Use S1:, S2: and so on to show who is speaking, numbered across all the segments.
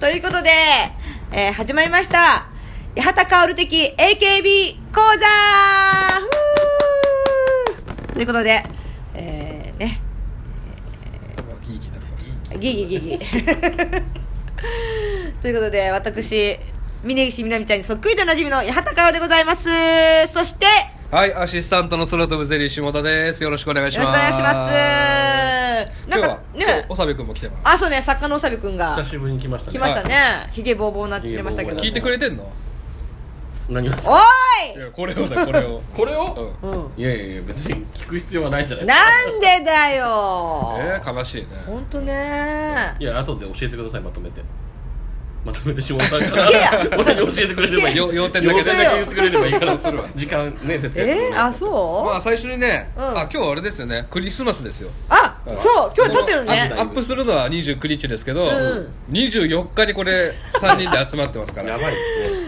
S1: ということで、えー始まりました。八幡薫的 AKB 講座ふーということで、えー、ね、
S2: ギーギーだろ
S1: ギギギギ。 ということで、私、峯岸みなみちゃんにそっくりでおなじみの八幡薫でございます。そして、
S2: はい、アシスタントの空飛ぶゼリー下田です。よろしくお願いし
S1: よろ
S2: ます。
S1: しくお願いします。なんか
S2: 今日は
S1: ね、
S2: おさべくんも来てます。
S1: あ、そうね、作家のおさびくんが
S3: 久しぶりに来ましたね
S1: 来ましたね。ひげぼうぼうなってましたけど。
S2: 聞いてくれてんの？
S3: 何がですか
S1: お
S2: いやこれをだこれを。
S3: これ
S2: う
S3: を
S2: ん。
S1: ーい、うん、
S3: いやいやいや別に聞く必要はないんじゃないですか
S1: なんでだよ
S2: えー、悲しいね。
S1: ほんとね
S3: いや後で教えてくださいまとめてまとめて下田から
S1: いやい
S3: 俺に教えてくれればいい
S2: よ要点だ
S3: 要
S2: け
S3: 点
S2: で
S3: だけ言ってくれればいいか
S2: そう
S3: ら
S2: するわ
S3: 時間ね節約
S1: えー、あ、そう、
S2: まあ最初にね、
S1: うん
S2: あ今日あれですよね、クリスマスですよ。
S1: あ、そう今日は撮ってる
S3: あ
S1: ね
S3: ん
S2: ア
S3: だ
S2: ップするのは29日ですけど、
S1: うん
S2: 24日にこれ3人で集まってますから
S3: やばいです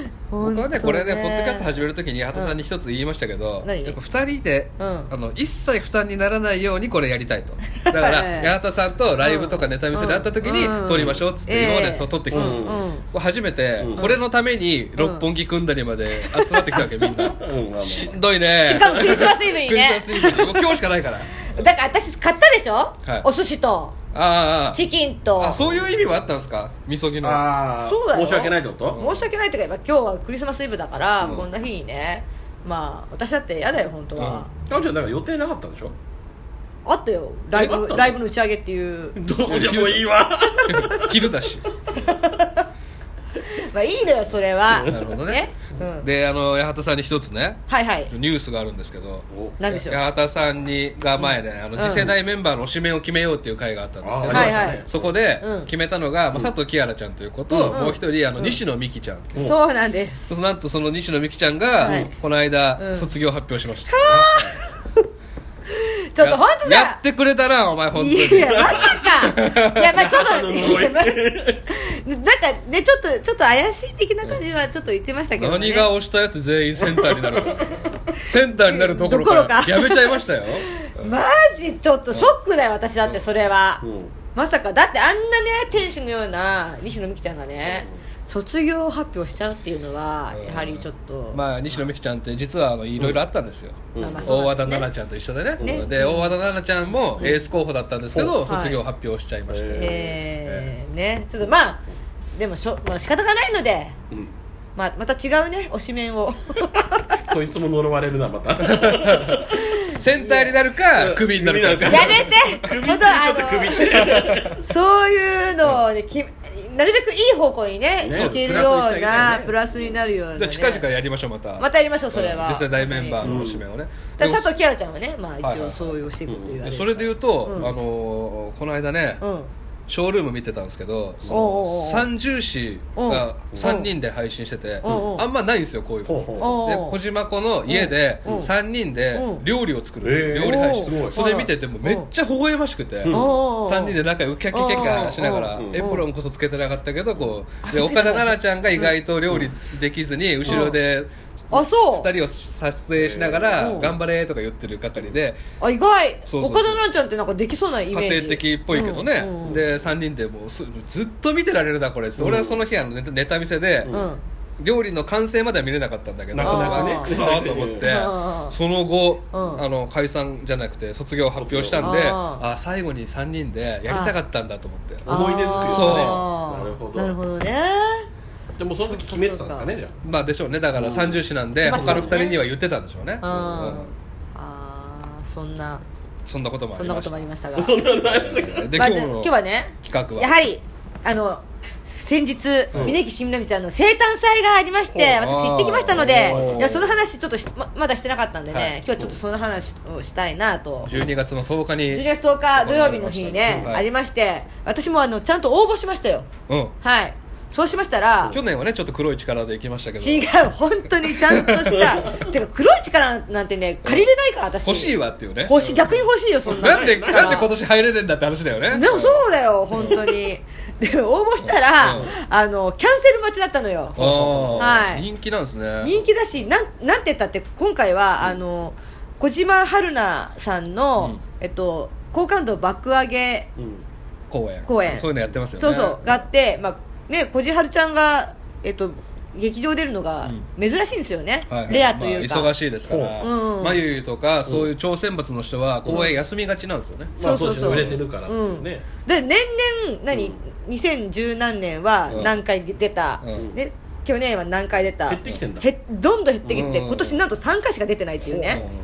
S3: ね
S2: 僕はねこれね
S1: ほん
S2: ポ
S1: と
S2: ッドキャスト始めるときに八幡さんに一つ言いましたけど、
S1: 何
S2: やっぱ2人で、
S1: うん
S2: あの一切負担にならないようにこれやりた いとだから
S1: ええ
S2: 八幡さんとライブとかネタ見せで会った時に
S1: うん
S2: 撮りましょうっつって
S1: ええ
S2: 今までそう撮ってきたんですよ、
S3: うん
S1: う
S2: こ
S1: ん
S2: れ初めて
S3: うん
S2: これのために六本木組んだりまで集まってきたわけみん な
S3: うんまあまあ
S2: しんどいね
S1: しかもクリスマスイブに
S2: クリスマ
S1: ね
S2: スイブにもう今日しかない から
S1: だから私買ったでしょ、
S2: はい
S1: お寿司と
S2: あー
S1: チキン
S2: あー
S1: と
S2: あそういう意味もあったんですかみそぎの
S3: あ
S1: そうだよ
S3: 申し訳ないってこと
S1: 申し訳ないというか今日はクリスマスイブだから、
S2: うん
S1: こんな日にねまあ私だって嫌だよ本当は、
S3: かおちゃんだから予定なかったんでしょ
S1: あったよライ
S3: えあっ
S1: ブ
S3: たの
S1: ライブの打ち上げっていう
S3: どうでもいいわ
S2: 昼だし
S1: まあいいのよそれは
S2: なるほどね
S1: うん、
S2: であの八幡さんに一つね
S1: はいはい
S2: ニュースがあるんですけど
S3: お
S1: 何でしょう
S2: 八幡さんにが前ね、あの
S1: うん
S2: 次世代メンバーの推しメンを決めようっていう会があったんですけど、
S1: あはいはい
S2: そこで
S1: うん
S2: 決めたのが、まあ、佐藤キアラちゃんという子と、
S1: うん
S2: もう一人あの、西野美紀ちゃんっていう、
S1: そうなんです
S2: そうなんとその西野美紀ちゃんが、
S1: はい
S2: この間、
S1: うん
S2: 卒業発表しました
S1: ちょっと本当
S2: や
S1: だ
S2: やってくれたなお前本当に
S1: いやまさかいやまあちょっと
S3: の呪い
S1: いやまあ なんかねちょっとちょっと怪しい的な感じはちょっと言ってましたけど、ね、
S2: 何が押したやつ全員センターにな るからセンターになるどころか
S1: どころか
S2: やめちゃいましたよ
S1: マジちょっとショックだよ私だってそれは、
S3: うん
S1: まさかだってあんなね天使のような西野美紀ちゃんがね卒業発表しちゃうっていうのは
S2: うん
S1: やはりちょっと、
S2: まあ西野美紀ちゃんって実はあのいろいろあったんですよ、
S3: うん
S1: まあまあそう
S2: 大和
S1: なん
S2: 田
S1: ですね
S2: 奈々ちゃんと一緒でね
S1: ね
S2: で大和田奈々ちゃんもエース候補だったんですけど、
S1: うん
S2: 卒業発表しちゃいまして、
S3: はい
S1: えーねちょっとまあでもしょ、まあ仕方がないので、
S3: うん
S1: まあ、また違うね推しメンを
S3: そいつも呪われるなまた
S2: センターになるかクビになるか
S3: クビになる
S1: やめて本当はあのそういうのをね、きなるべくいい方向にね
S3: ね
S1: いけるよう
S3: プラスにしてあげた
S1: ない
S3: ね
S1: プラスになるような、ね、
S2: で近々やりましょうまた
S1: またやりましょうそれは、
S2: うん実際大メンバーの指名をね、
S1: だから
S2: で
S1: 佐藤キャラちゃんはね、まあ、一
S2: はいは
S1: 応
S2: い
S1: そういうしていくっていうあれ
S2: で
S1: です
S2: それで言うと、
S1: うん
S2: あのーこの間ね、
S1: うん
S2: ショールーム見てたんですけどそ
S1: おうおうお
S2: の
S1: う
S2: 三重視が3人で配信してて
S1: おう
S2: あんまないんですよこういう
S3: ほ
S2: こ
S3: う
S1: ほう
S2: とってで小島子の家で
S1: うん
S2: 3人で
S1: うん
S2: 料理を作る
S3: えー
S2: 料理配
S3: おうすご
S2: 信
S3: い
S2: それ見ててもめっちゃ微笑ましくて
S3: うん
S1: おう
S2: 3人で仲良くキャッキャッキャッキャしながら
S3: おうおうおう
S2: エプロンこそつけてなかったけどこうで
S1: あ
S2: 岡田奈々ちゃんが意外と料理できずに後ろで
S1: あそう
S2: 2人を撮影しなが
S1: え
S2: ら
S1: ー
S2: 「頑張れ」とか言ってる係で
S1: あ意外
S2: そうそうそう
S1: 岡田奈々ちゃんってなんかできそうなイメージ
S2: 家庭的っぽいけどね、
S1: うんうん
S2: で3人でもうすずっと見てられるなこれ、俺はその日あのネタネタ見せで、
S1: うんうん
S2: 料理の完成までは見れなかったんだけど
S3: な
S1: かなかね
S2: あーくそーと思って、
S1: うん
S2: その後、
S1: うん
S2: あの解散じゃなくて卒業発表したんで
S1: うん
S2: あー最後に3人でやりたかったんだと思って
S3: 思い出作り
S2: そう
S1: あー
S3: なるほど
S1: なるほどね
S3: でもその時決めてたんですかねじゃあ
S2: まあでしょうねだから三重視なんで、
S1: うん
S2: 他の2人には言ってたんでしょうね、
S1: う
S2: うん
S1: んあーそんな
S2: そんなこともあ
S1: そ
S2: り
S1: んな
S2: ま
S1: こと
S2: した
S1: もありましたが
S3: そんなのありましたっけ
S2: で
S1: ま
S2: 今
S1: あ
S2: 日
S1: ね
S2: の
S1: 今日はね
S2: 企画は
S1: やはりあの先日
S2: うん
S1: 峯岸みなみちゃんの生誕祭がありまして
S2: ほう
S1: 私行ってきましたので
S2: おー
S1: いやその話ちょっとしままだしてなかったんで
S2: はい
S1: ね今日はちょっとその話をしたいなと
S2: 12月の10日
S1: 12
S2: に、
S1: 月10日土曜日の日にね、
S2: はい
S1: ありまして私もあのちゃんと応募しましたよ
S2: うん、
S1: はいそうしましたら
S2: 去年はねちょっと黒い力で行きましたけど
S1: 違う本当にちゃんとした てか黒い力なんてね借りれないから私
S2: 欲しいわっていうね
S1: 欲しい逆に欲しいよそんな
S2: なんで、
S1: 力
S2: なんで今年入れねえんだって話だよね。
S1: でもそうだよ本当 にで応募したら、
S2: うん
S1: あのキャンセル待ちだったのよ
S2: ああ、
S1: はい
S2: 人気なんですね。
S1: 人気だしなんなんて言ったって今回は、あの小島春菜さんの、えっと好感度爆上げ
S3: うん
S2: 公演。
S1: 公演
S2: そういうのやってますよね。
S1: そうそうがあって、まあ、ねこじはるちゃんがえっと劇場出るのが珍しいんですよね、
S2: はいはい
S1: レアというか、
S2: まあ忙しいですから、
S1: うん
S2: まゆゆとかそういう超選抜の人は公演休みがちなんですよね、
S1: ん
S3: まあ
S1: そ
S3: そう
S1: そうう
S3: で
S1: そう
S3: すね売れてるからっていうね
S1: で年々何、2010何年は
S2: うん
S1: 何回出た、
S2: うん
S1: ね、去年は何回出た
S3: 減ってきてんだ
S1: へどんどん減ってきて、
S2: うん
S1: 今年なんと3回しか出てないっていうね、
S2: ほうほうほ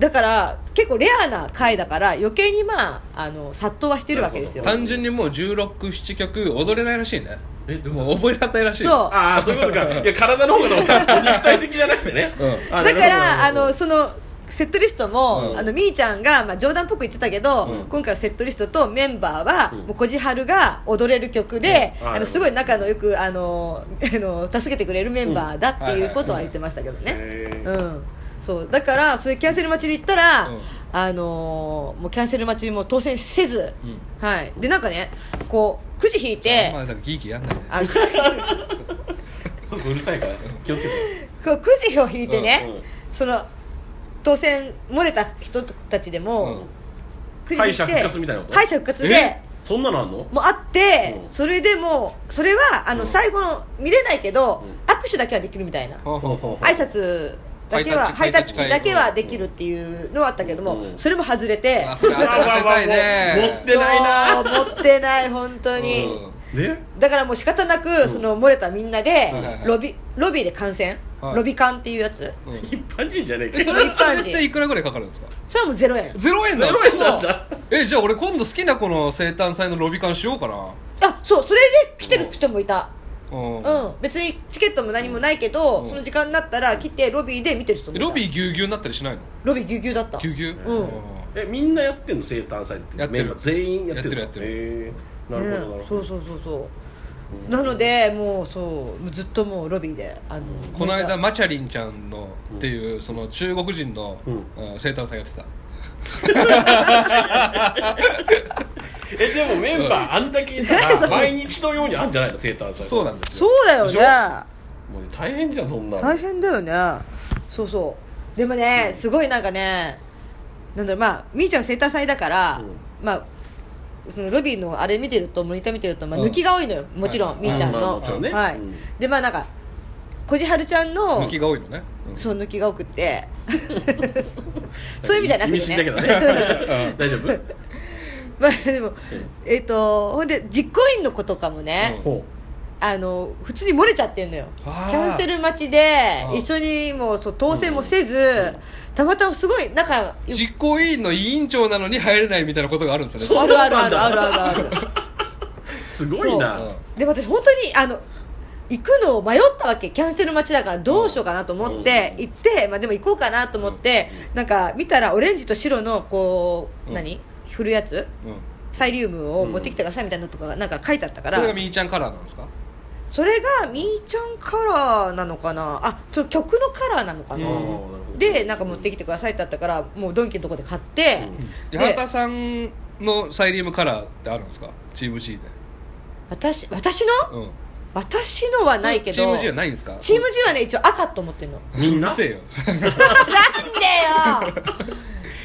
S1: だから結構レアな回だから余計にまああの殺到はしてるわけです
S2: う
S1: よ
S2: 単純にもう167曲踊れないらしいね
S3: えどういうこと
S2: もう覚えられないらしい
S1: そう
S3: ああそういうこと かいや体の方が肉体的じゃなくてね
S2: うん
S3: あー
S1: だから
S3: な
S1: あ
S3: るほどなるほど
S1: のそのセットリストも、
S2: うん
S1: あのみーちゃんが、まあ、冗談っぽく言ってたけど、
S2: うん
S1: 今回のセットリストとメンバーは、
S3: うん
S1: もうこじはるが踊れる曲で、
S3: うんはい
S1: あのすごい仲のよくあの あの助けてくれるメンバーだっていうことは言ってましたけどね、
S3: へ
S1: う
S3: ー
S1: んそうだからそういうキャンセル待ちで行ったら、
S2: うん
S1: あのーもうキャンセル待ちも当選せず、
S2: うん
S1: はい、でなんかねこうくじ引いて
S2: まあなんかギーギーやんないね
S1: あ
S3: そうかうるさいから気をつけて
S1: こうくじを引いてね、
S3: うんうん
S1: その当選漏れた人たちでも、くじ引いて
S3: 敗者復活みたいなこと
S1: 敗者復活で
S2: え
S3: そんなのあんの
S1: もうあって
S3: うん
S1: それでもうそれはあ
S3: う
S1: の
S3: ん
S1: 最後の見れないけど
S3: う
S1: 握手だけはできるみたいな
S2: ほうほうほう
S1: 挨拶だけはハ
S2: ハ
S1: イ
S2: イ
S1: タ
S2: タ
S1: ッ
S2: ッ
S1: チ
S2: チ
S1: だけはできるっていうのはあったけども
S3: うん
S1: それも外れて
S2: あそれ当て当てたいね
S3: うわうわうわ持ってないな
S1: そう持ってない本当に
S2: うん
S3: ね
S1: だからもう仕方なくその漏れたみんなで
S2: はいはい
S1: ロビロビーで観戦
S2: はい
S1: ロビカンっていうやつ
S2: うん
S3: 一般人じゃねえか
S2: えそ
S1: 一
S2: れ
S1: 般
S2: それ
S1: 人
S2: っていくらぐらいかかるんですか
S1: それはもう0円
S2: ゼロ円だ
S3: ゼロ円なんだ
S2: えじゃあ俺今度好きな子の生誕祭のロビカンしようかな
S1: あそうそれで来てる人もいた
S2: うん
S1: うん、別にチケットも何もないけど、
S2: うん
S1: その時間になったら来てロビーで見てる人もい
S2: え
S1: た
S2: ロビーぎゅうぎゅうになったりしないの
S1: ロビーぎゅうぎゅうだった
S2: ぎゅうぎゅう
S1: うん
S3: えみんなやってんの生誕祭って
S2: やってる
S3: メンバー全員やってる
S2: やってる
S3: るなるほどなる
S1: ね
S3: ほ
S1: そう
S3: ど
S1: そうそうそうなのでもうそうずっともうロビーであの
S2: この
S1: 寝
S2: 間マチャリンちゃんのっていうその中国人の
S3: うん
S2: うん生誕祭やってた
S3: えでもメンバーあんだけさ
S1: うん
S3: 毎日のようにあんじゃないの生誕祭
S2: そうなんです
S1: た
S2: よ
S1: そうだよね
S3: でしもうね大変じゃんそんなの
S1: 大変だよねそうそうでもねすごいなんかねなんだろうまあみーちゃん生誕祭だから、
S3: う
S1: まあそのロビーのあれ見てるとモニター見てると、まあ、
S2: うん
S1: 抜きが多いのよもちろん、
S2: はい
S1: みーちゃん
S3: まあまあ
S1: の、
S3: もちろんね
S1: はい
S3: うん
S1: でまあなんかこじはるちゃんの
S2: 抜きが多いのねうん
S1: そう抜きが多くって そういう意味じゃなく
S3: 意味
S1: て
S3: 深
S1: ね
S3: だけどね 大丈夫
S1: まあでもえっ、とほんで実行委員の子とかもね、
S2: うん
S3: ほ
S1: あの普通に漏れちゃってんのよキ
S2: あー
S1: ャンセル待ちで
S2: あー
S1: 一緒にもうそう当選もせず、たまたますごい仲良く
S2: 実行委員の委員長なのに入れないみたいなことがあるんですよね
S3: そう
S1: あるあるあるあるあるある
S3: うすごいな
S2: そううん
S1: でも私本当にあの行くのを迷ったわけキャンセル待ちだからどうしようかなと思って
S3: うん
S1: 行って、まあ、でも行こうかなと思ってなんか見たらオレンジと白のこう
S2: うん
S1: 何振るやつ
S2: うん
S1: サイリウムを持ってきてくださいみたいなのとかがなんか書いてあったから
S2: それがみーちゃんカラーなんですか
S1: それがみーちゃんカラーなのかなあちょ曲のカラーなのかな
S2: うん
S1: でなんか持ってきてくださいってあったからもうドンキのとこで買ってで
S2: で八幡さんのサイリウムカラーってあるんですかチーム C で
S1: 私私の
S2: うん
S1: 私のはないけど
S2: チーム G はないんですか
S1: チーム G はね一応赤と思ってん の
S3: みんな
S2: うるせえよ
S1: なんでよ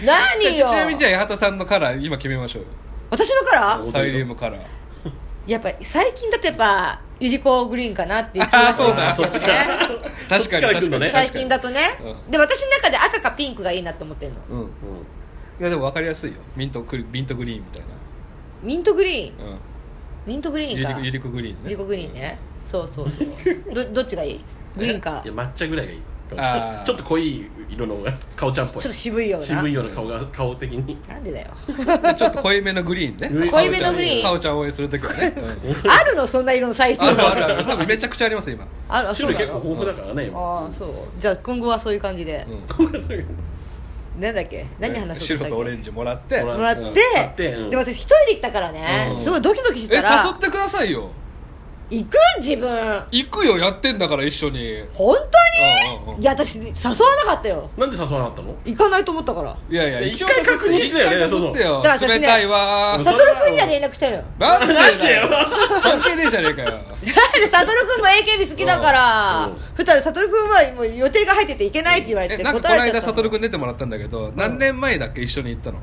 S1: 何
S2: じゃ
S1: よ
S2: あちなみにじゃあ八幡さんのカラー今決めましょうよ
S1: 私のカラ
S3: 本
S1: ー
S3: 当
S2: サイリウムカラー
S1: やっぱ最近だとやっぱユリコグリーンかなっていう気がするん
S2: あー
S1: です
S2: そ
S1: よ
S2: う
S1: ね
S2: だ
S3: そっ
S2: 確
S3: ち
S2: か
S3: か
S2: に確
S3: ら来る
S2: か
S3: の
S2: に
S3: ね
S1: 最近だとね
S2: うん
S1: で私の中で赤かピンクがいいなと思ってんの
S2: うん
S3: うん
S2: いやでも分かりやすいよミントクリミントグリーンみたい
S1: ミントグリーン
S2: なうん
S1: ミントグリーン
S2: ゆ
S1: か
S2: りこゆりこグリーンね
S1: リコグリーンね、そうそうそう どどっちがいいグリーンか
S3: い
S1: ち
S3: や
S1: ょ
S3: 抹茶ぐらいがいい
S2: あー
S3: ちょっと濃い色の方が顔ちゃんっぽ
S1: っ
S3: い
S1: と渋いような
S3: 渋いような顔が顔的に
S1: なんでだよ
S2: ちょっと濃いめのグリーンね
S3: 濃いめのグリーン
S2: かおちゃんを応援するときは ね、うん
S1: あるのそんな色の最近
S2: あるあるある多分めちゃくちゃあります今
S1: あるあそう
S3: 白
S1: な
S3: 結構
S1: の
S3: 豊富だからね今
S1: ああそうじゃあ今後はそういう感じで、
S2: うん
S1: なんだっけ何話そうとしたっ
S2: 白
S1: け
S2: とオレンジもらって
S3: も
S1: もらって、
S3: うん買ってうん
S1: でも私一人で行ったからね、
S2: うん
S1: すごいドキドキして
S2: え誘
S1: たら
S2: ってくださいよ
S1: 行く自分
S2: 行くよやってんだから一緒に
S1: 本
S2: うん
S1: 当
S2: うんう
S1: に
S2: ん
S1: いや私誘わなかったよ
S3: なんで誘わなかったの
S1: 行かないと思ったから
S2: いやいや
S3: 一回確認してよね
S2: 一回誘ってよ
S1: だから私ね
S2: 冷た いわ
S3: う
S1: 悟
S3: んそれは
S1: 君には連絡したのよ
S2: なんで
S3: なんで
S2: だ
S3: よ
S2: よ関係ねえじゃねえか よ
S1: なんで悟君も AKB 好きだから、
S3: うんうん
S1: そしたら悟君はもう予定が入ってて行けないって言われて
S2: え
S1: 断
S2: な
S1: ら
S2: んか
S1: れちゃ
S2: この
S1: った
S2: 間
S1: の
S2: 悟君出てもらったんだけど何年前だっけ一緒に行ったの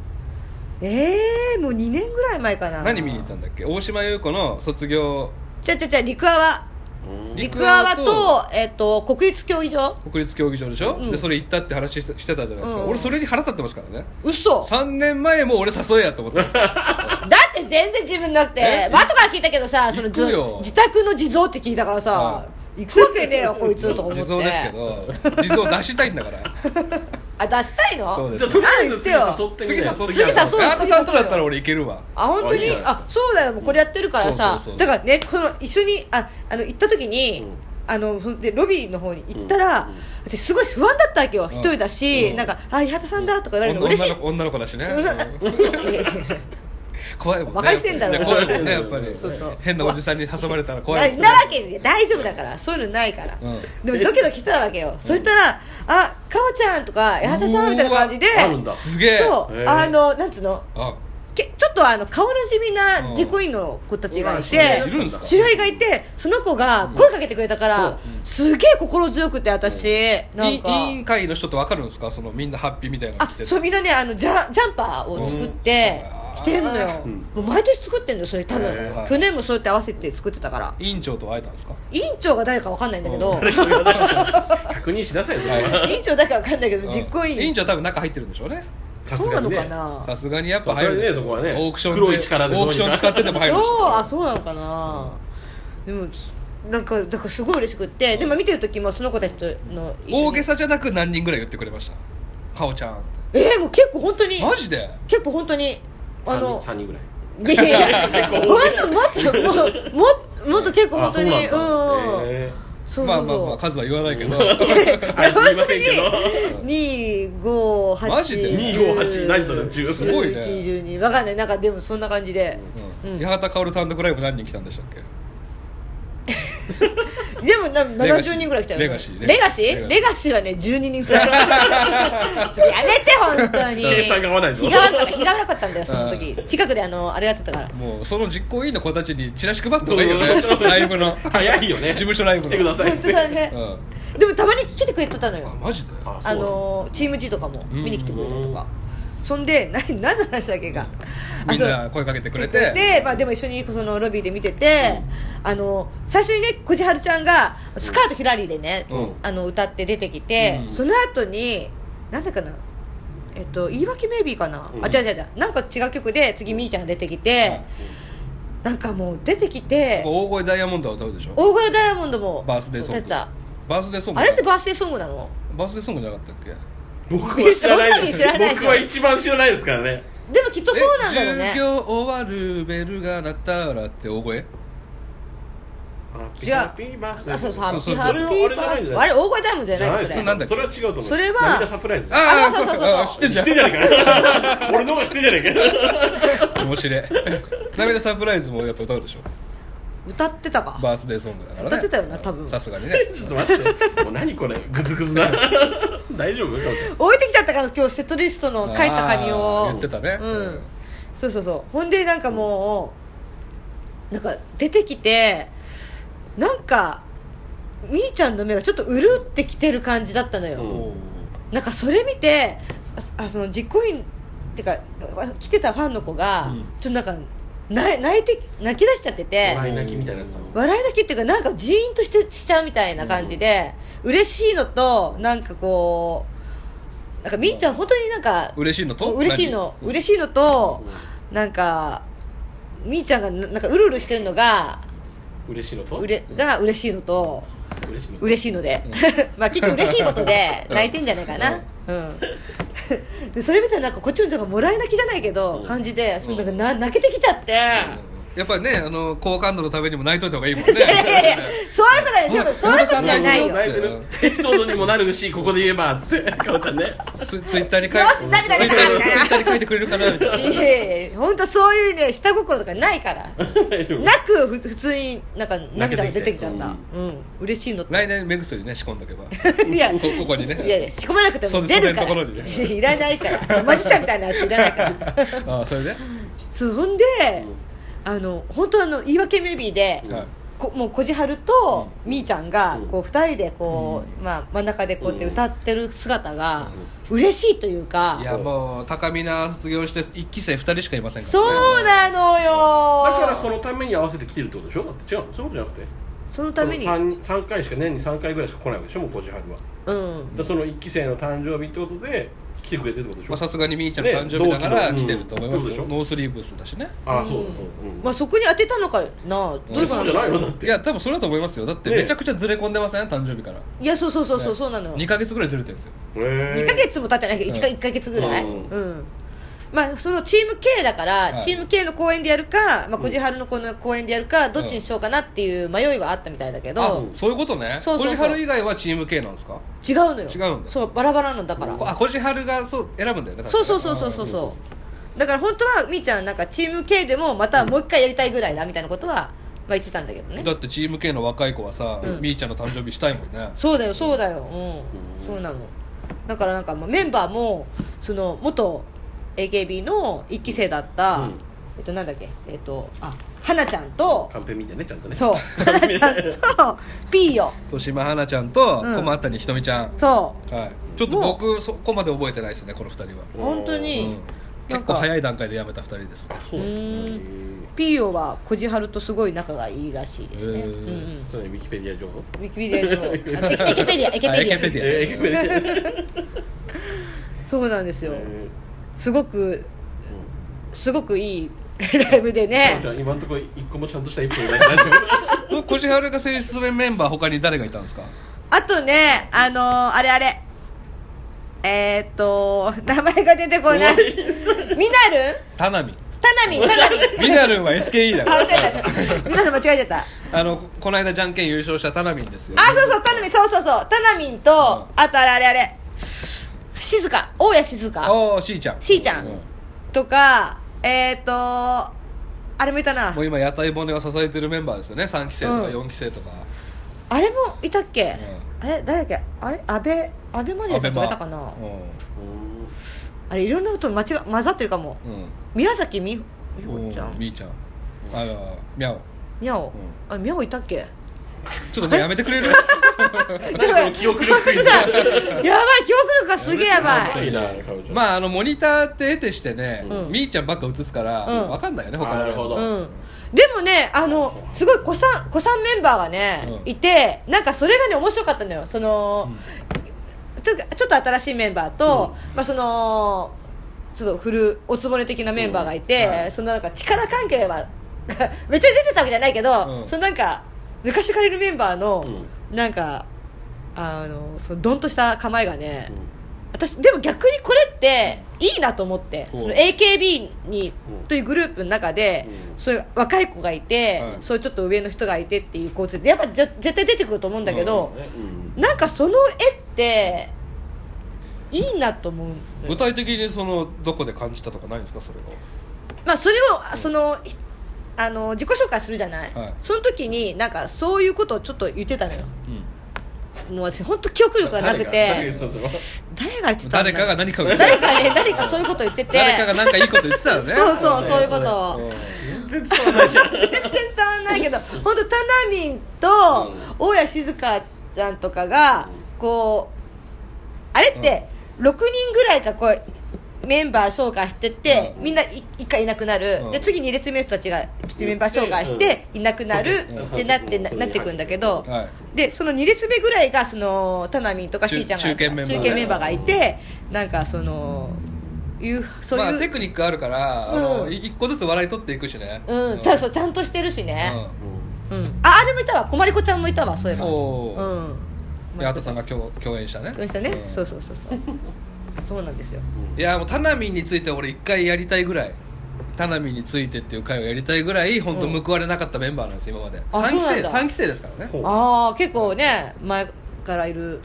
S1: ええー、もう2年ぐらい前かな
S2: 何見に行ったんだっけ大島優子の卒業
S1: じゃじゃじゃ陸アワ
S3: うん
S2: 陸
S1: 陸アワ
S2: ア
S1: と,、えっと国立競技場
S2: 国立競技場でしょ、
S1: うん
S2: でそれ行ったって話してしてたじゃないですか、
S1: うん
S2: 俺それに腹立ってますからね
S1: 嘘
S2: 3年前も俺誘えやと思ってますから
S1: だって全然自分なくて、
S2: え
S1: まあ、後から聞いたけどさそのず
S2: 行くよ
S1: 自宅の地蔵って聞いたからさ、
S2: は
S1: 行くわけねえよこいつと思って
S2: 地蔵ですけど地蔵出したいんだから
S1: あ出したいの
S2: そうで
S3: じゃ
S2: す
S3: あとりあえ
S1: なん
S3: ず
S1: て
S3: 次
S1: よ
S3: 誘ってみ
S2: 次誘
S3: な
S2: っ
S3: よ
S2: て
S1: 次誘う
S2: ガートさんとだったら俺いけるわ
S1: あ本当
S3: あい
S1: に
S3: いじゃない
S1: あそうだよもうこれやってるからさ
S2: そうそうそう
S1: だからねこの一緒にああの行った時に、
S3: うん
S1: あのふんでロビーの方に行ったら、
S3: うんうん
S1: 私すごい不安だったわけよ、
S2: ん
S1: 一人だし、
S2: うん
S1: なんか「あ伊畑さんだ」とか言われる
S2: 女
S1: の嬉しい
S2: の子女の子だしね
S1: そう
S2: うん
S1: いやいやいや
S2: 怖いもんね
S1: 馬鹿にしてんだろ
S2: いや怖いもんねやっぱり
S1: そうそう
S2: 変なおじさんに挟まれたら 怖い
S1: な
S2: もんね
S1: なわけで大丈夫だからそういうのないから、
S2: うん
S1: でもドキドキしてたわけよ、そしたら「あかおちゃん」とか「八幡さん」みたいな感じで
S3: うわあるんだ
S2: すげえ
S1: そ
S3: へ
S1: う
S3: え
S1: あのなんつうの
S2: あ
S1: けちょっとあの顔なじみな自己員の子たちがいて、
S2: いるんすか
S1: 知り合いがいてその子が声かけてくれたから、すげえ心強くて私、なん
S2: 委員
S1: か
S2: 委員会の人ってわかるんですかそのみんなハッピーみたいなの
S1: あ
S2: 着て
S1: そうみんなねあのジャジャンパーを作って
S2: うん
S1: 着てんのよ、
S3: うん
S1: もう毎年作ってんのよそれ多分、
S3: へ
S2: え
S1: 去年もそうやって合わせて作ってたから
S2: 委員長と会えたんですか
S1: 委員長が誰かわかんないんだけど、
S3: 確認しなさいよそれは
S1: 委員長誰かわかんないけど
S2: うん
S1: 実行委員
S2: 委員長は多分中入ってるんでしょうね
S3: さ
S1: そうな
S3: すが
S1: の
S3: に
S1: か
S3: ね
S1: な
S2: さすがにやっぱ入るでしょ
S3: さすがにねそこはね
S2: オークション
S3: 黒い力でど
S2: オ
S3: うに
S2: ークシ
S3: か
S2: ョン使ってでも入るでし
S1: そうあ
S2: ょ
S1: そうなのかな、でもなんかだからすごい嬉しくって、でも見てる時もその子たちとの一緒に
S2: 大げさじゃなく何人ぐらい言ってくれましたかおちゃんって
S1: えー、もう結構本当に
S2: マジで
S1: 結構本当にあの
S3: 3人ぐらい
S1: いやいやいや本当もっともうもっもっと結構本当にうん
S3: あそうなんだへえ
S1: そうそうそう、
S2: まあまあま あ数は言わないけど
S3: あ言いませんけど
S1: 二五八
S2: マジで
S3: 258何それ10
S2: すごいね
S1: 一十二わかんないなんかでもそんな感じで、
S2: う
S1: うん
S2: ん八幡薫単独ライブ何人来たんでしたっけ
S1: でもな
S2: レガシー
S1: 70人ぐらい来たよ
S2: レガシーね
S1: レガシーレ
S2: レ
S1: ガシーはね12人ぐらいちょっとやめて本当に
S3: 計算が合わないぞ
S1: 日が悪かった日が悪かったんだよその時
S2: う
S1: 近くであのあれやってたから
S2: もうその実行委員の子たちにチラシ配ってもいいよ
S3: そうそう
S2: ね
S3: そう
S2: ライブの
S3: 早いよね
S2: 事務所ライブの
S3: 来てください
S1: 本 当だね
S2: うん
S1: でもたまに来てくれてたの
S2: あ
S1: よ
S2: マジで
S3: あ
S1: あのチーム G とかも
S2: うん
S1: 見に来てくれたりとかそんで何何の話だっけかあ
S2: みん
S1: そう
S2: な声かけてくれ
S1: で
S2: て
S1: まあ、でも一緒にそのロビーで見てて、あの最初にねこじはるちゃんが「スカートひらり」でね、
S2: うん
S1: あの歌って出てきて、
S2: うん
S1: その後になんだかなえっと言い訳メイビーかな、
S3: うん
S1: あ違う違う違うなんか違う曲で次みーちゃんが出てきて、
S2: はい
S1: なんかもう出てきて
S2: 大声ダイヤモンドは歌うでしょ
S1: 大声ダイヤモンドも
S2: バースデーソング
S1: 歌ってた
S2: バースデーソング
S1: あれってバースデーソングなの
S2: バースデーソングじゃなかったっけ
S3: 僕は知らないです
S1: 知らない
S3: 僕は一番知らないですからね
S1: でもきっとそうなんだろう
S2: え
S1: ね
S2: 授業終わるベルが鳴ったらって大声
S1: 違う
S3: ハッピーバースデー
S1: あそうそうハ
S2: そう
S1: ッピ
S2: そうそ
S1: ー
S2: う
S1: ハッピーバースデーあれ大声ダイヤモンドじゃない
S3: で
S1: そ
S3: す
S1: れ
S2: なんだっけ
S3: それは違うと思う
S1: それは
S3: 涙サプライズ
S2: あー
S1: あそうそうそうそう
S2: あ知ってん
S3: 知
S2: じ
S3: っ
S2: ゃ
S3: て んじゃねえか俺の方が知ってんじゃねえか
S2: ん面白い涙サプライズもやっぱ歌うでしょ
S1: 歌ってたか
S2: バースデーソングだから
S1: 歌
S2: ね
S1: ってたよな多分
S2: さすがにね
S3: ちょっと待ってもう何これグズグズな大丈夫
S1: 置いてきちゃったから今日セットリストの書いた紙
S2: あ
S1: を
S2: ー言ってたね
S1: う
S2: うん
S1: ん、そうそうそうほんでなんかもうなんか出てきてなんかみーちゃんの目がちょっとうるってきてる感じだったのよ、
S3: うん
S2: おー
S1: なんかそれ見てああその実行委員ってか来てたファンの子が、
S2: うん
S1: ちょっとなんか泣い泣いて泣き出しちゃってて
S3: 笑い泣きみたいなやつだもん
S1: 笑いだけっていうかなんかジーンとしてしちゃうみたいな感じで、嬉しいのとなんかこうなんかみーちゃん本当になんか
S2: 嬉しいのと
S1: 嬉しいの嬉しいのとなんかみーちゃんがななんかうるうるしてるのが
S3: 嬉しいのと
S1: うれが嬉しいのと
S3: 嬉しいのと
S1: 嬉しいので、 まあ結局嬉しいことで泣いてんじゃないかな、うん、 でそれみたいなんかこっちの人がもらい泣きじゃないけど感じでそうなんかな泣けてきちゃって。
S2: やっぱりねあの好感度のためにも泣いといた方がいいもんね
S1: いやいやいやそういうことででもそういうことじゃないよ
S3: 泣いてるエピソードにもなるしここで言えばっつってかおちゃんね
S2: ツツイッターに書いて
S1: よし涙出た
S2: ツイッターにツイッターに書いてくれるかなみたいない
S1: やいや本当そういうね下心とかないから
S3: 大丈夫
S1: なくふ普通になんか涙が出てきちゃった
S3: 泣
S1: うん、嬉しいのと
S2: 来年目薬ね仕込んどけば
S1: いや
S2: こここにね
S1: い やいや仕込まなくても出るから
S2: そそれのところにね
S1: いらないからマジシャンみたいなやついらないから
S2: ああそれで、
S1: そうほんで、あの本当あの言い訳メビーで、
S2: はい
S1: こもうこじはるとみーちゃんが
S3: うん
S1: こう2人でこう、
S2: うん
S1: まあ、真ん中でこうやって
S3: うん
S1: 歌ってる姿が嬉しいというか、
S2: いやもう高見な卒業して一期生二人しかいませんから、ね、
S1: そうなの
S3: だ
S1: よ
S3: からそのために合わせて来てるってことでしょだって違うのそういうことじゃなくて
S1: そのために
S3: その三三回しか年に3回ぐらいしか来ないわけでしょもう5時半はだか
S1: うん
S3: らその1期生の誕生日ってことで来てくれてるってことでしょ、
S2: まあさすがにみーちゃんの誕生日だか
S3: ね
S2: ら
S3: 同
S2: 来
S3: 期の
S2: てると思いますよ、
S3: うんそうでしょ
S2: ノースリーブスだしね
S3: ああそうだそうだ、うん
S1: まあ、そこに当てたのかなどういうこ
S3: そ
S1: と
S3: うじゃ
S1: な
S3: ない
S1: の
S3: のだって
S2: いや多分それだと思いますよだって
S3: ね
S2: めちゃくちゃずれ込んでません、誕生日から
S1: いやそうそうそうそう、
S2: ね
S1: そうなのよ
S2: 2か月ぐらいずれてるんですよ
S3: え
S1: 2ヶ月も経ってないけど1か
S2: うん
S1: 1ヶ月ぐらい、う
S3: うんん
S1: まあ、そのチーム K だから、
S2: はい
S1: チーム K の公演でやるか、まあ、こじはるのこの公演でやるかどっちにしようかなっていう迷いはあったみたいだけど、
S3: うん
S2: そういうことね
S1: そうそうそう
S2: こじはる以外はチーム系なんですか
S1: 違うのよ
S2: 違うんだ
S1: そうバラバラなんだから
S2: こあこじはるがそう選ぶんだよね
S1: そうそうそうそうそうそうだから本当はみーちゃんなんかチーム K でもまたもう一回やりたいぐらいだみたいなことは、まあ、言ってたんだけどね
S2: だってチーム系の若い子はさ、
S1: うん
S2: みーちゃんの誕生日したいもんね
S1: そうだよそうだようん、そうなのだからなんかまあメンバーもその元 AKB の一期生だった、
S3: うん
S1: えっとなんだっけえっとあ花ちゃんと
S3: カンペ見てねちゃんとね
S1: そう花ちゃんとピーヨ
S2: 豊島花ちゃんと
S1: うん
S2: 駒谷ひとみちゃん、
S1: そ
S2: はい、ちょっと
S1: もう
S2: 僕そこまで覚えてないですねこの2人は、
S1: う本当
S2: う
S1: に、な
S2: ん、
S1: んか
S2: 結構早い段階で辞めた2人です
S3: あそうなんだ
S1: うーん
S3: へ
S1: ピーヨはこじはるとすごい仲がいいらしいですね、
S2: へー
S1: うんうん
S3: えそれウィキペディア情報
S1: ウィキペディア上あエケエケペディアエケペ
S2: あエ
S1: デ
S2: ケ
S1: ィ
S2: ペ
S1: ア
S2: ディア
S3: え ーウィキペディア情報
S1: そうなんですよ
S3: え
S1: すごく
S3: ーうん
S1: すごくいいライブでね
S3: じゃあ今のところ一個もちゃんとした一本ない大丈夫
S2: こじはるが成立するメンバー他に誰がいたんですか
S1: あとねあのーあれあれえー、っと名前が出てこない
S3: おい
S1: ミナルン
S2: 田波
S1: タナミンタナミン
S2: ミナルンは SKE だか
S1: あ間 違
S2: ら
S1: えちゃったミナルン間違えちゃった
S2: あのこの間じゃんけん優勝した田波ですよ
S1: あそうそうタナミンそうそうそうタナミンと、あとあれあれあれ静か大家静か
S2: おおしーちゃん
S1: しーちゃん
S2: う
S1: とかえー、っとあれもいたな
S2: もう今屋台骨を支えてるメンバーですよね3期生とか
S1: うん
S2: 4期生とか、
S1: あれもいたっけ、あれ誰だっけあれ安倍安倍マリアさんとかいたかな、
S2: う
S1: あれいろんなこと間違混ざってるかも
S2: んうん
S1: 宮崎美美
S2: う
S1: 穂ちゃん
S2: みーちゃんあのみゃお
S1: みゃお、あみゃおいたっけ
S2: ちょっともうやめてくれる
S1: やばい
S3: 何この記憶力クイズ
S1: やばい記憶力がすげえやばい
S3: いな彼女
S2: まああのモニターって得てしてね、
S1: うん
S2: みーちゃんばっか映すから、
S1: うん
S2: わかんないよね他
S3: あ
S2: の
S3: なるほど
S1: うんでもねあのすごい子さん子さんメンバーがね、
S2: うん
S1: いてなんかそれがね面白かったのよその、ちょちょっと新しいメンバーと、まあそのちょっと古おつぼね的なメンバーがいて、
S2: うんはい
S1: そのなんか力関係は めっちゃ出てたわけじゃないけど、
S2: うん
S1: そのなんか昔からいるメンバーの、
S3: う
S1: なんかあのそのドンとした構えがね、
S3: うん
S1: 私でも逆にこれっていいなと思って
S3: うん
S1: その AKB に
S3: うん
S1: というグループの中で
S3: うん
S1: そういう若い子がいて、
S2: はい
S1: そういうちょっと上の人がいてっていう構成でやっぱぜ絶対出てくると思うんだけど、
S3: うん
S1: なんかその絵っていいなと思うのよ
S2: 具体的にそのどこで感じたとかないんですかそれが
S1: まあ、それをそのひあの自己紹介するじゃない、
S2: はい
S1: その時になんかそういうことをちょっと言ってたのよ
S2: うん
S1: もう私本当記憶力がなく
S3: 誰
S1: て
S3: が
S1: 誰
S3: 誰が
S1: が言ってたんだ
S2: 誰かが何かを言って
S1: 誰かね誰かそういうこと言ってて
S2: 誰かが何かいいこと言ってたよね
S1: そうそうそういうことを
S2: うん
S3: 全然伝わらないじゃん
S1: 全然伝わんないけど本当タナミンと大家静香ちゃんとかがこうあれって6人ぐらいがこうメンバー紹介してって、
S2: うん
S1: みんな1回いなくなる、
S2: うん
S1: で次に2列目の人たちがメンバー紹介していなくなる、
S2: うん
S1: ってなってななってくんだけど、
S2: はい
S1: でその2列目ぐらいがそのタナミンとか
S2: 中
S1: しーちゃんが
S2: 中堅メンバーね
S1: 中堅メンバーがいて、なんかそのいうそう
S2: ま
S1: いう、
S2: あテクニックあるから、あ
S1: う
S2: の
S1: ん
S2: い一個ずつ笑い取っていくしね
S1: うん、ちゃんそうちゃんとしてるしね、
S3: う
S1: うん、ああれもいたわこまりこちゃんもいたわそういえば
S2: おー
S1: うん
S2: ん八幡さんが共共演したね
S1: どうしたね、
S2: うん
S1: そうそうそうそうそうなんですよ
S2: いやもうタナミンについて俺一回やりたいぐらいタナミンについてっていう回をやりたいぐらい本当
S1: うん
S2: 報われなかったメンバーなんです今まで
S1: あ
S2: 3期
S1: そうなん
S2: 生
S1: だ
S2: 三期生ですからね
S3: ほう
S1: ああ結構ね前からいる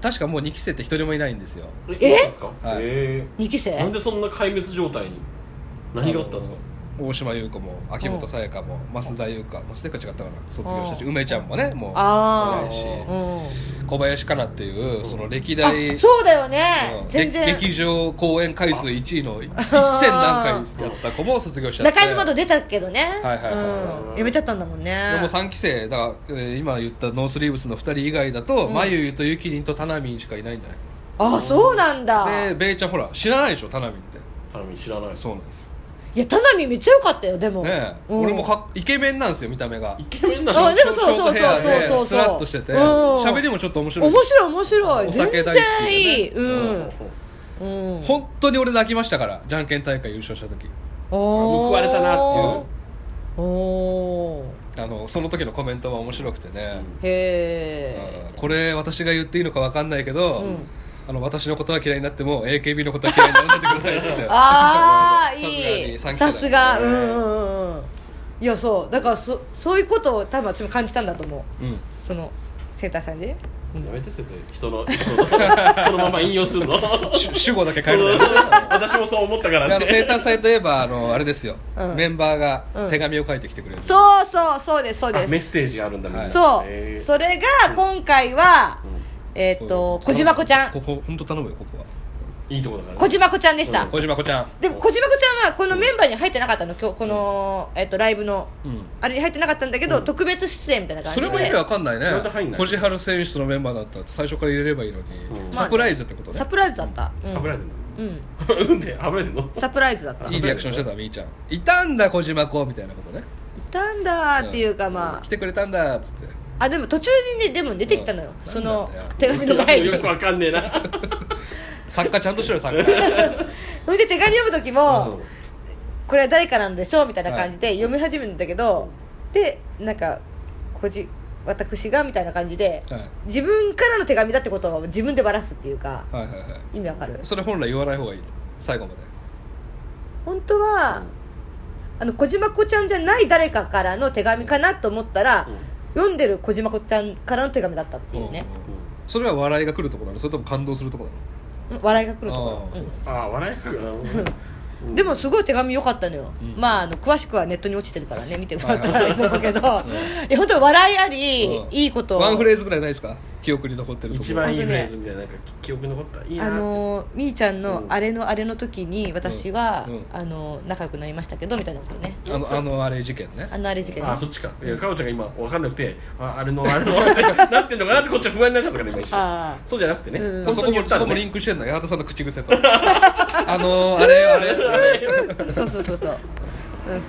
S2: 確かもう2期生って一人もいないんですよ
S3: えいいんですか
S2: はい
S3: え
S1: 2期
S3: ー
S1: 生
S3: なんでそんな壊滅状態に何があったんですか
S2: あの大島優子も秋元沙耶香も増田優香増田優香違ったかな卒業したし
S1: うん
S2: 梅ちゃんもねもう
S1: あー
S2: いないし
S1: うん
S2: 小林かなっていうその歴
S1: あ
S2: 代
S1: そうだよね
S2: うん
S1: 全
S2: げ
S1: 然
S2: 劇場公演回数1位の1000何回やった子も卒業しちゃって
S1: 中井の窓出たけどね
S2: はいはいはい
S3: はい
S1: うんやめちゃったんだもんね
S2: でも3期生だから、えー今言ったノースリーブスの2人以外だと、
S1: うん
S2: まゆゆとゆきりんとたなみんしかいないんじゃ
S1: あそうなんだ
S2: ないでべいちゃんほら知らないでしょたなみんって
S3: 花見知らない
S2: そうなんです
S1: いや田波めっちゃ良かったよでも
S2: ねえ
S1: うん
S2: 俺もかイケメンなんですよ見た目が
S3: イケメンなの
S1: あでもそう
S2: ショ
S1: そうそう
S2: ートヘ
S1: そ
S2: ア
S1: うそう
S2: で
S1: そう
S2: スラッとしてて
S1: うん
S2: 喋りもちょっと面白い
S1: 面白い面白い
S2: お酒
S1: 全
S2: 大好き
S1: 然いいう
S2: でね
S1: んうん
S2: 本当に俺泣きましたからじゃんけん大会優勝した時
S1: おー
S3: 報われたなって
S1: おー
S2: あのその時のコメントは面白くてね、
S1: へ
S2: うんこれ私が言っていいのか分かんないけど、
S1: うん
S2: あの私のことは嫌いになっても AKB のことは嫌いにならないでくださいって言って
S1: ああ
S2: さすが
S1: いい
S2: に三期生だ
S1: さ
S2: ね
S1: すがうんうんうんうんいやそうだからそそういうことを多分私も感じたんだと思う
S2: うん
S1: そのセンターさんでね
S3: やめてせて人の人のそのまま引用するの
S2: 主主語だけ変えるのよ
S3: 私もそう思ったから
S2: あ
S3: っ
S2: の
S3: て
S2: 生誕祭といえばあのあれですよ、
S1: うん
S2: メンバー
S1: う
S2: が
S1: ん
S2: 手紙を書いてきてくれる、
S1: そうそうそうですそう
S3: あメ
S1: で
S3: ッ
S1: す
S3: セージあるんだみんな
S1: そ
S3: へ
S1: う
S3: ー
S1: それが今回はえーっと小島子ちゃん
S2: ここ本当頼むよここはい
S3: いとこだからね
S1: 小島子ちゃんでした
S3: うん
S2: 小島子ちゃん
S1: でも小島子ちゃんはこのメンバーに入ってなかったの今日このえーっとライブの
S2: うん
S1: あれに入ってなかったんだけど
S3: うん
S1: 特別出演みたいな感じ
S2: そ
S1: で
S2: れも意味わかんないね
S3: なんで入んない
S2: 小千春選手のメンバーだったら最初から入れればいいのに、
S3: うん
S2: サプライズってことね
S1: サプライズだったうん
S3: はぶられてん
S1: うん
S3: のうんではぶられてんの
S1: サプライズだった
S2: いいリアクションしてたみーちゃんいたんだ小島子みたいなことね
S1: いたんだーっていうかまあ
S2: 来てくれたんだっつって
S1: あでも途中にねでも出てきたのよ
S2: うん
S1: その
S2: なんだよ
S1: 手紙の前に
S3: よくわかんねえな
S2: 作家ちゃんとしろ よ作家
S1: それで手紙読む時も
S3: う
S1: これは誰かなんでしょうみたいな感じで読み始めるんだけどでなんかこじ私がみたいな感じで
S2: はい
S1: 自分からの手紙だってことを自分でばらすっていうか
S2: はいはいはい
S1: 意味わかる
S2: それ本来言わない方がいいの最後まで
S1: 本当はあの小島子ちゃんじゃない誰かからの手紙かなと思ったら
S3: んうん
S1: 読んでる小島子ちゃんからの手紙だったっていうね
S2: んんそれは笑いが来るとこなのそれとも感動するとこなの
S1: うん笑いが来るとこ
S2: ああ
S1: ろ、うん
S3: ああ笑えるよなうん
S1: でもすごい手紙良かったのよ、
S2: うん
S1: まああの詳しくはネットに落ちてるからね見てもらったら
S2: はいはい
S1: いいと思うけど、いや本当に笑いあり、
S2: うん
S1: いいこと
S2: ワンフレ
S1: ー
S2: ーズぐらいないですか記憶に残ってるとこ
S3: 一番いいフレーズみたいななんか記憶に残ったいいな
S1: あ
S3: って
S1: のーみーちゃんの
S3: うん
S1: あれのあれの時に私は、
S2: うんうん
S1: あのー仲良くなりましたけどみたいなことね
S2: あのあのあれ事件ね
S1: あのあれ事件ね
S3: あそっちかいやかおちゃんが今わかんなくてああれのあれのってなってんのかなってこっちは不安になっちゃったから今一瞬
S1: あ
S3: そうじゃなくてね
S1: うん
S2: そ
S3: 本当
S2: こ
S3: に言
S2: も
S3: った
S2: そ
S3: んだ
S2: こ
S3: ね
S2: もリンクしてんのよ八幡さんの口癖と あのあれあれあれ
S1: あそうそうそうそうそうそう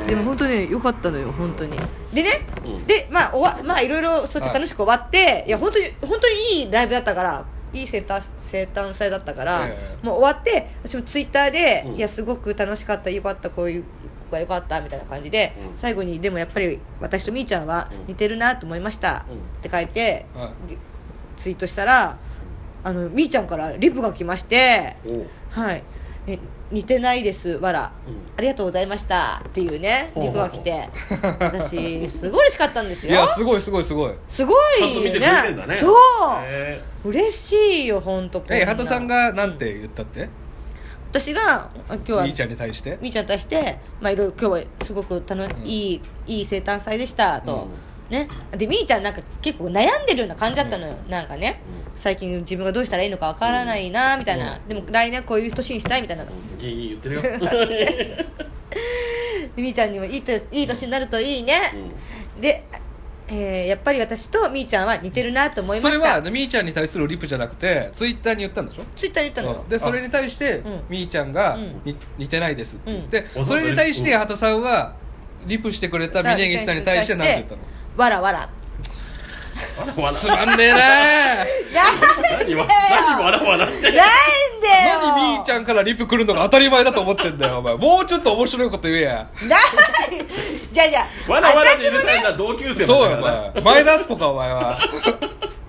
S3: うん
S1: でも本当ね良かったのよ本当にでね、
S3: うん
S1: でまあおわまあいろいろそうやって楽しく終わって、い、や本当に本当にいいライブだったからいい生誕生誕祭だったから、
S2: ええ
S1: もう終わって私もツイッターで、
S3: うん
S1: いやすごく楽しかったよかったこういう子がよかったみたいな感じで、
S3: うん
S1: 最後にでもやっぱり私とみーちゃんは
S3: うん
S1: 似てるなと思いました、
S3: うん
S1: って書いて、
S2: は
S1: でツイートしたらあのみーちゃんからリプが来まして
S3: おううん
S1: はいえ似てないですわらありがとうございましたっていうね
S3: ほう
S1: リプ
S3: ほうほう
S1: が来て私すごい嬉しかったんです
S2: い
S1: よ
S2: いやすごいすごいすごい
S1: すご
S3: ちゃん
S1: い
S3: と
S1: よ
S3: 見てくれてんだね
S1: そう
S3: へ
S1: 嬉しいよ本当
S2: え八幡さんがなんて言ったって
S1: 私があ今日は
S2: みーちゃんに対して
S1: みーちゃんとして、まあ、いろいろ今日はすごく楽、
S2: うん
S1: いいいい生誕祭でしたと、ねでみーちゃんなんか結構悩んでるような感じだったのよ、なんかね最近自分がどうしたらいいのかわからないなみたいな、
S2: うん
S1: でも来年こういう年にしたいみたいな
S3: えうんギーギー言ってるよ
S1: でみーちゃんにもいいといい年になるといいね、で、えーやっぱり私とみーちゃんは似てるなと思いま
S2: そ
S1: した
S2: れはみーちゃんに対するリプじゃなくてツイッターに言ったんでしょ
S1: ツイッターに言ったのよ
S2: でそれに対して
S1: うん
S2: みーちゃんが
S1: うん
S2: に似てないですって言って
S3: うん
S2: それに対して八幡さんはリプしてくれた峯岸さんに対して何て言ったの
S1: わらわら
S3: わらわら
S2: つまんねえな
S1: なんで
S3: 何
S1: よ
S3: わ何わらわらって
S1: なんでよ
S2: 何みーちゃんからリプ来るのが当たり前だと思ってんだよお前もうちょっと面白いこと言えや
S1: なじゃあじゃあ
S3: わらわらで
S1: 私
S3: 許
S1: も
S3: され
S1: ね
S3: た同級生
S2: そう
S3: だ
S2: よ
S3: か
S2: お
S3: らな
S2: 前前田敦子かお前は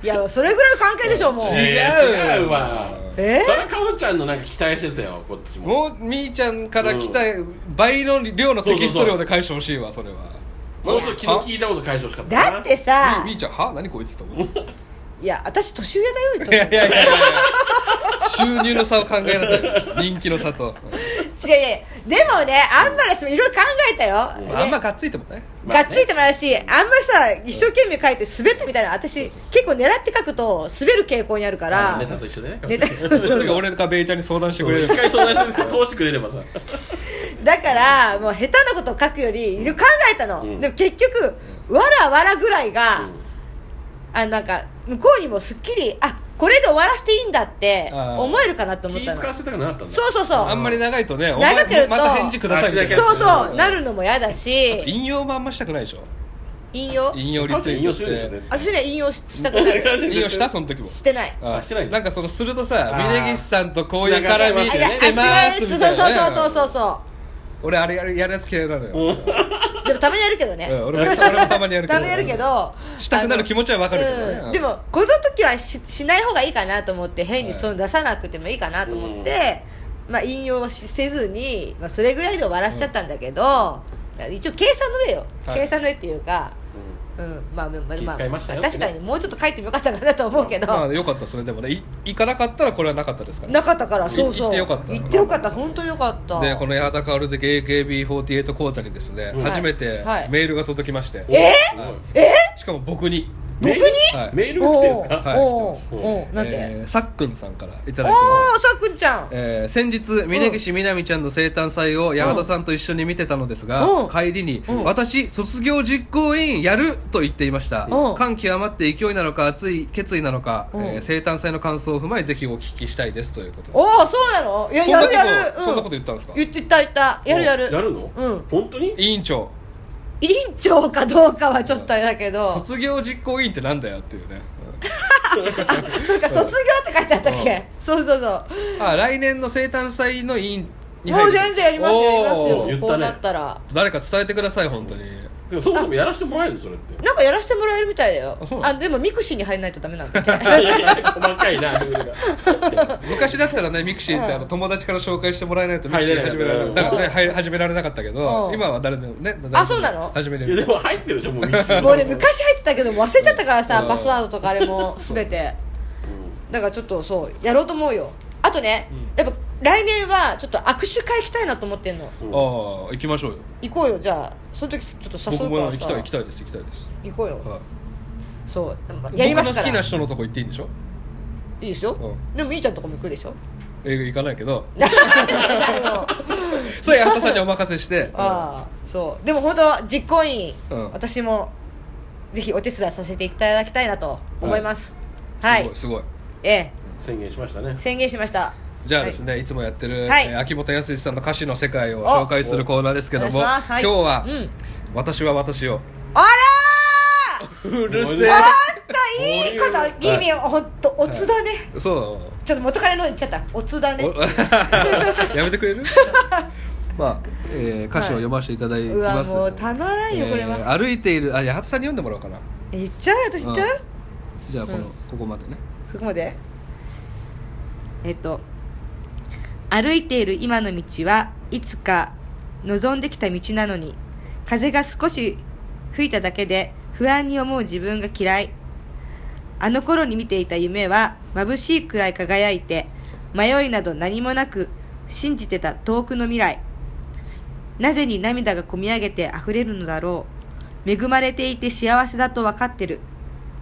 S2: い
S1: やそれぐらいの関係でしょもう
S2: 違う
S3: 違うわ
S1: え
S3: それかおちゃんのなんか期待してたよこっちも
S2: もうみーちゃんから来た倍の量のテキスト量で返してほしいわそれは
S3: もうちょっと気の利いたこと解消しかったな
S1: だってさ
S2: みみーちゃんは何こいつと思 って
S1: いや私年上だよと
S2: いやいやいやいや収入の差を考えなさい人気の差と
S1: 違ういやいやでもねあんまり私もいろいろ考えたよ、
S3: うん
S2: まああんまがっついてもね
S1: がっついてもらうし、あんまさ、一生懸命書いて滑ったみたいな、私、結構狙って書くと、滑る傾向にあるから、
S3: ネタと一緒でね
S1: ネタそう
S2: そ
S1: そ
S2: の
S1: う
S2: 時
S1: そう
S2: 俺かベイちゃんに相談してくれ
S3: 一
S2: る
S3: 回相談して通してくれればさ
S1: だから、もう下手なことを書くより、いろいろ考えたの、
S3: うん
S1: でも結局、わらわらぐらいが、あなんか、向こうにもすっきり、あこれで終わらせていいんだって
S2: あー
S1: 思えるかなと
S3: 気
S1: 思った
S3: 使
S1: の。
S3: わせたくなかったんだ
S1: そうそうそう
S2: あんまり長いとねお
S1: 長ける
S2: 前
S1: と
S2: また返事くださいみたい
S3: あしなき
S2: な
S3: ゃ
S1: そうそうう、
S3: ん
S1: なるのも嫌だし、
S2: 引用もあんましたくないでしょ
S1: 引用
S2: 引用リツイートし
S3: 引用するで
S2: て
S3: し
S1: 私ね、引用ししたくない。
S2: 引用したその時も
S1: してない。
S3: あしてないんだ
S2: なんかそのすると
S3: あ
S2: さ
S3: ー
S2: 峯岸さんとこういう絡み
S3: あいや
S2: してますみ
S1: そう
S2: たいなね
S1: そうそうそうそうそう。
S2: 俺あれやるやるやつ嫌いなのよ、
S1: でもたまにやるけどね、
S2: うん、俺もた俺もたまにやるけ
S1: た
S2: ど
S1: まにやるけど
S2: したくなる気持ちはわかるけどね
S1: うんでもこの時はししない方がいいかなと思って変にそういうの出さなくてもいいかなと思って、まあ、引用はしせずに、まあ、それぐらいで終わらしちゃったんだけど、だから一応計算の上よ、
S2: はい
S1: 計算の上っていうか、うんまあまあまあ
S3: 気遣いましたよってね
S1: 確かにもうちょっと書いてもよかったかなと思うけ ど、
S2: まあよかったそれでもねい行かなかったらこれはなかったですから
S1: なかったからそうそう
S2: い行ってよかった
S1: 行ってよかった本当によかった
S2: でこの八幡薫関 AKB48 講座にですね、
S3: うん
S2: 初めて
S1: はい
S2: メールが届きまして、
S1: え
S2: しかも僕に、
S3: 僕に
S2: はい
S3: メール来てるん
S1: お
S3: です
S1: ー
S3: か
S2: はい
S1: おー
S2: 来
S3: てます
S1: おーなんて、
S2: えーさっくんさんからいた
S1: お
S2: だいてます
S1: おさっくんちゃん
S2: えー先日峯岸みなみちゃんの生誕祭を八幡さんと一緒に見てたのですが、
S1: うん
S2: 帰りに、
S1: うん
S2: 私卒業実行委員やると言っていました、
S1: うん
S2: 感極まって勢いなのか熱い決意なのか、
S1: うん
S2: えー生誕祭の感想を踏まえぜひお聞きしたいですということで
S1: おおそうなのいや
S2: そんな
S1: やる
S2: こと
S1: やる
S2: そんなこと言ったんですか
S1: 言ってた言ったやるやる
S3: やるの
S1: うん
S3: 本当に
S2: 委員長
S1: 委員長かどうかはちょっとあれだけどあ
S2: 卒業実行委員ってなんだよっていうね、
S1: そうか卒業って書いてあったっ
S2: うん
S1: けそうそうそう
S2: うんあ来年の生誕祭の委員に
S1: も
S2: 入
S1: う
S2: る
S1: 全然やりますよやります
S2: おー
S3: 言
S1: よ
S3: っ
S1: こ
S3: た
S1: う
S3: ね
S1: なったら
S2: 誰か伝えてください本当に
S3: でもそもそもやらせてもらえるのそれって
S1: なんかやらせてもらえるみたいだよ
S2: あそうな
S1: あ
S2: ん
S1: でもミクシーに入らないとダメなんだって
S3: いやいや細かいなルールが
S2: 昔だったらねミクシーってあの友達から紹介してもらえないとミクシー始められな
S3: 入れない
S2: だからね入始められなかったけ
S1: う
S2: ど
S1: ん
S2: 今は誰でもね
S1: あそうなの
S2: 始めれ
S3: いやで
S2: る
S3: も入ってるでしょもうミキシー
S1: もう俺昔入ってたけど忘れちゃったからさ
S2: うん
S1: パスワードとかあれも全てだからちょっとそうやろうと思うよあとねやっぱ来年はちょっと握手会行きたいなと思ってんの
S3: うん
S2: ああ
S3: うん
S2: 行きましょうよ
S1: 行こうよじゃあその時ちょっと誘
S2: 僕
S1: うか
S2: も
S1: ら
S2: 行
S1: さ
S2: きたい行きたいです行きたいです
S1: 行こうよ
S2: は
S1: そうでも
S2: い
S1: やりま
S2: 僕の
S1: すか
S2: 好
S1: ら
S2: きな人のとこ行っていいんでしょ
S1: いいですよ、
S2: う
S1: でもいいちゃんとこも行くでしょ
S2: え行かないけど
S1: なんだよ
S2: それ八幡さんにお任せして
S1: ああそうでも本当実行委員、
S2: うん
S1: 私もぜひお手伝いさせていただきたいなと思いますはい、
S2: すごいすごい
S1: え
S3: 宣言しましたね
S1: え宣言しました
S2: じゃあですね、い、つもやってる、
S1: はい
S2: えー秋元康さんの歌詞の世界を紹介するコーナーですけども
S1: おお願いします
S2: 今
S1: はい
S2: 日は、
S1: うん
S2: 私は私を
S1: あら
S2: う
S3: る
S2: る
S3: せ
S2: せ
S3: え
S1: ーいいこと君ほんとおつだね、
S2: えそ
S1: ちょっと元彼の方に言っちゃったおつだ
S2: う
S1: ね
S2: お やめてくれるまあ、えー歌詞を読ませていただき
S1: う
S2: ま
S1: わ
S2: す、
S1: もうたまらんよこれは、
S2: えー歩いているあ八幡さんに読んでもらおうかな
S1: 言っちゃう私言っちゃう、
S2: じゃあこの、
S1: うん
S2: ここまでね
S1: そこまでえっと歩いている今の道はいつか望んできた道なのに風が少し吹いただけで不安に思う自分が嫌いあの頃に見ていた夢は眩しいくらい輝いて迷いなど何もなく信じてた遠くの未来なぜに涙がこみ上げて溢れるのだろう恵まれていて幸せだと分かってる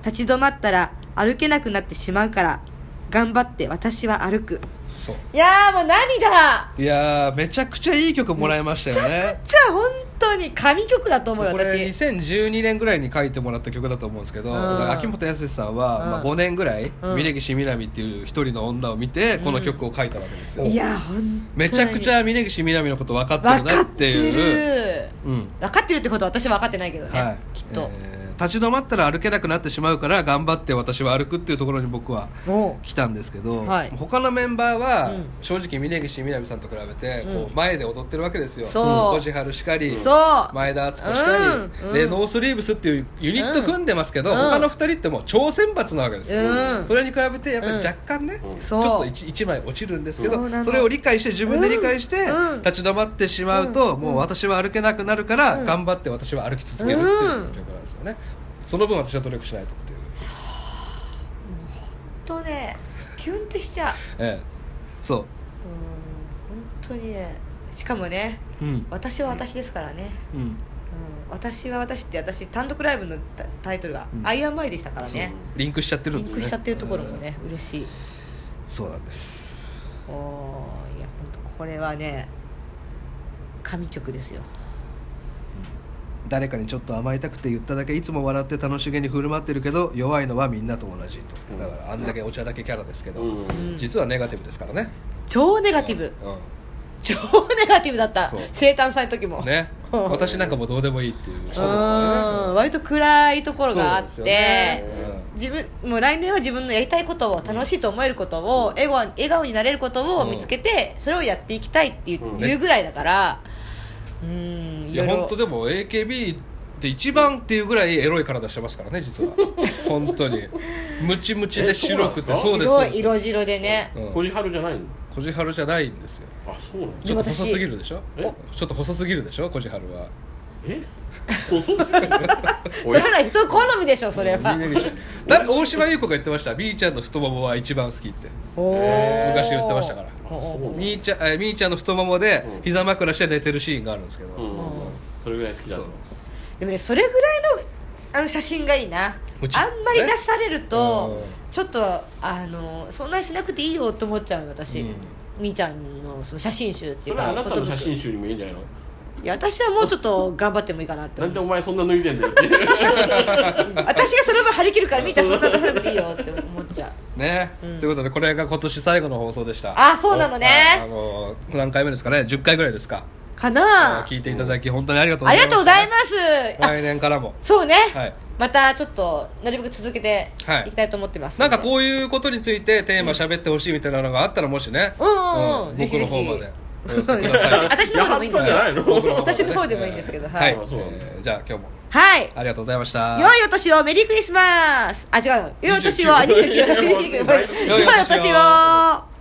S1: 立ち止まったら歩けなくなってしまうから頑張って私は歩く
S2: そう
S1: いやーもう涙
S2: いやーめちゃくちゃいい曲もらいましたよね
S1: じゃあ本当に神曲だと思うよ
S2: これ
S1: 私
S2: 2012年ぐらいに書いてもらった曲だと思うんですけど、
S1: うん
S2: 秋元康さんは、
S1: うん
S2: まあ、5年ぐらい
S1: うん
S2: 峯岸みなみっていう一人の女を見てこの曲を書いたわけですよ、
S1: いやー本当に
S2: めちゃくちゃ峯岸みなみのこと分かってる
S1: 分
S2: な
S1: か
S2: っ
S1: ってて
S2: いう
S1: る
S2: うん
S1: 分かってるってことは私は分かってないけどね、
S2: はい、
S1: きっと、
S2: えー立ち止まったら歩けなくなってしまうから頑張って私は歩くっていうところに僕は
S1: も
S2: 来たんですけど、
S1: はい
S2: 他のメンバーは、
S1: うん
S2: 正直峯岸みなみさんと比べて、こ
S1: う
S2: う前で踊ってるわけですよ
S1: そう
S2: 小千春しかり
S1: そう
S2: 前田敦子しかり、
S1: うん
S2: で
S1: うん
S2: ノースリーブスっていうユニット組んでますけど、
S1: うん
S2: 他の2人ってもう超選抜なわけですよ、
S1: うん
S2: それに比べてやっぱり若干ね、
S3: うん
S2: ち
S1: そ
S2: ょ
S1: う
S2: っと 1, 枚落ちるんですけど
S1: そうな
S2: そ
S1: の
S2: れを理解して自分で理解して、
S1: うんうん
S2: 立ち止まってしまうと、もう私は歩けなくなるから、頑張って私は歩き続けるっていう曲なんですよね、その分私は努力しないとっていう。
S1: うとねキュンってしちゃう
S2: ええそう
S1: うん本当にねしかもね
S2: うん
S1: 私は私ですからね、
S2: うん
S1: うん、私は私って私単独ライブのタタイトルが
S2: う
S1: 「
S2: ん
S1: IMI」でしたから
S2: そう
S1: ね、
S2: リンクしちゃってるん
S1: リ
S2: で
S1: ン
S2: すね
S1: クしちゃってるところもね嬉しい
S2: そうなんです
S1: おーいや本当これはね神曲ですよ
S2: 誰かにちょっと甘えたくて言っただけいつも笑って楽しげに振る舞ってるけど弱いのはみんなと同じと
S3: うん
S2: だからあんだけおちゃらけキャラですけど、
S3: うん
S1: うん
S2: 実はネガティブですからね
S1: 超ネガティブ、
S2: う
S1: 超ネガティブだった
S2: そう
S1: 生誕祭の時も
S2: ん、ね私なんかもうどうでもいいっていう人です
S1: う
S2: から
S1: ん
S2: ね
S1: 割と暗いところがあって、
S2: そうですよね
S1: 自分もう来年は自分のやりたいことを楽しいと思えることを笑顔笑顔になれることを見つけてそれをやっていきたいっていう,、
S3: うん
S2: ね
S1: ぐらいだからうん
S2: うん
S1: い
S2: い
S1: ろ
S2: や
S1: い
S2: 本
S1: ろ
S2: 当でも AKB って一番っていうぐらいエロい体してますからね 実は本当にムチムチで白くて
S3: え
S2: そ
S3: そうう
S2: です
S1: 白い
S2: そう
S1: 色
S2: で
S1: 白でね
S2: す、うん
S3: こじはるじゃないの
S2: こじはるじゃないんですよ
S3: あそうなん
S2: ち
S1: で
S2: ょ
S1: も
S2: っと
S1: 私
S2: 細すぎるでしょお
S3: え
S2: ちょっと細すぎるでしょこじはるは
S3: え細すぎる
S1: それは人好みでしょそれは、
S2: うんみんなでしょ誰大島優子が言ってましたみーちゃんの太ももは一番好きって
S1: おー
S2: 昔言ってましたから
S1: おー
S3: そう
S2: みーちゃんえーみーちゃんの太ももで
S3: うん
S2: 膝枕して寝てるシーンがあるんですけど、
S3: うんそれぐらい好きだ
S2: そう
S3: と
S2: です
S1: でもねそれぐらいのあの写真がいいな
S2: うち
S1: あんまり出されると、
S2: ね
S1: ちょっとあのそんなにしなくていいよって思っちゃうの私、
S2: うん
S1: みーちゃんのその写真集ってい
S3: そうれ
S1: か
S3: はあなたの
S1: フォトブッ
S3: 写
S1: ク
S3: 真集にもいいんじゃないの
S1: いや私はもうちょっと頑張ってもいいかなって思
S3: な
S1: うん
S3: でお前そんな脱いでんだよっていう
S1: 私がその分張り切るからみーちゃんそんな出さなくていいよって思っちゃう
S2: ね、
S1: うん
S2: ということでこれが今年最後の放送でした
S1: あそうなのね
S2: はいあのー何回目ですかね10回ぐらいですか
S1: かなあ
S2: 聞いていただき本当にありがとうご
S1: あ
S2: ざい
S1: り
S2: ます
S1: がとうございます、あ
S2: 来年からも
S1: そうね、
S2: はい
S1: またちょっとなるべく続けて
S2: はい
S1: いきたいと思ってます
S2: なん
S1: ので、
S2: かこういうことについてテーマ喋ってほしいみたいなのがあったらもしね、
S1: うんうんうんぜひ
S2: 僕
S1: ぜ
S2: の
S1: ひ
S2: 方まで お寄せください
S1: 私の方でもいいんです
S3: いや
S1: よ
S3: あんたじゃないの
S2: 僕ま
S1: 私の方でもいいんですけどは
S2: はいい、えーじゃあ今日も
S1: はい
S2: ありがとうございました
S1: 良いお年をメ リークリスマスあ違う良いお年を
S3: 29
S1: 29良いお年を良
S2: 良いお年を
S1: いお年を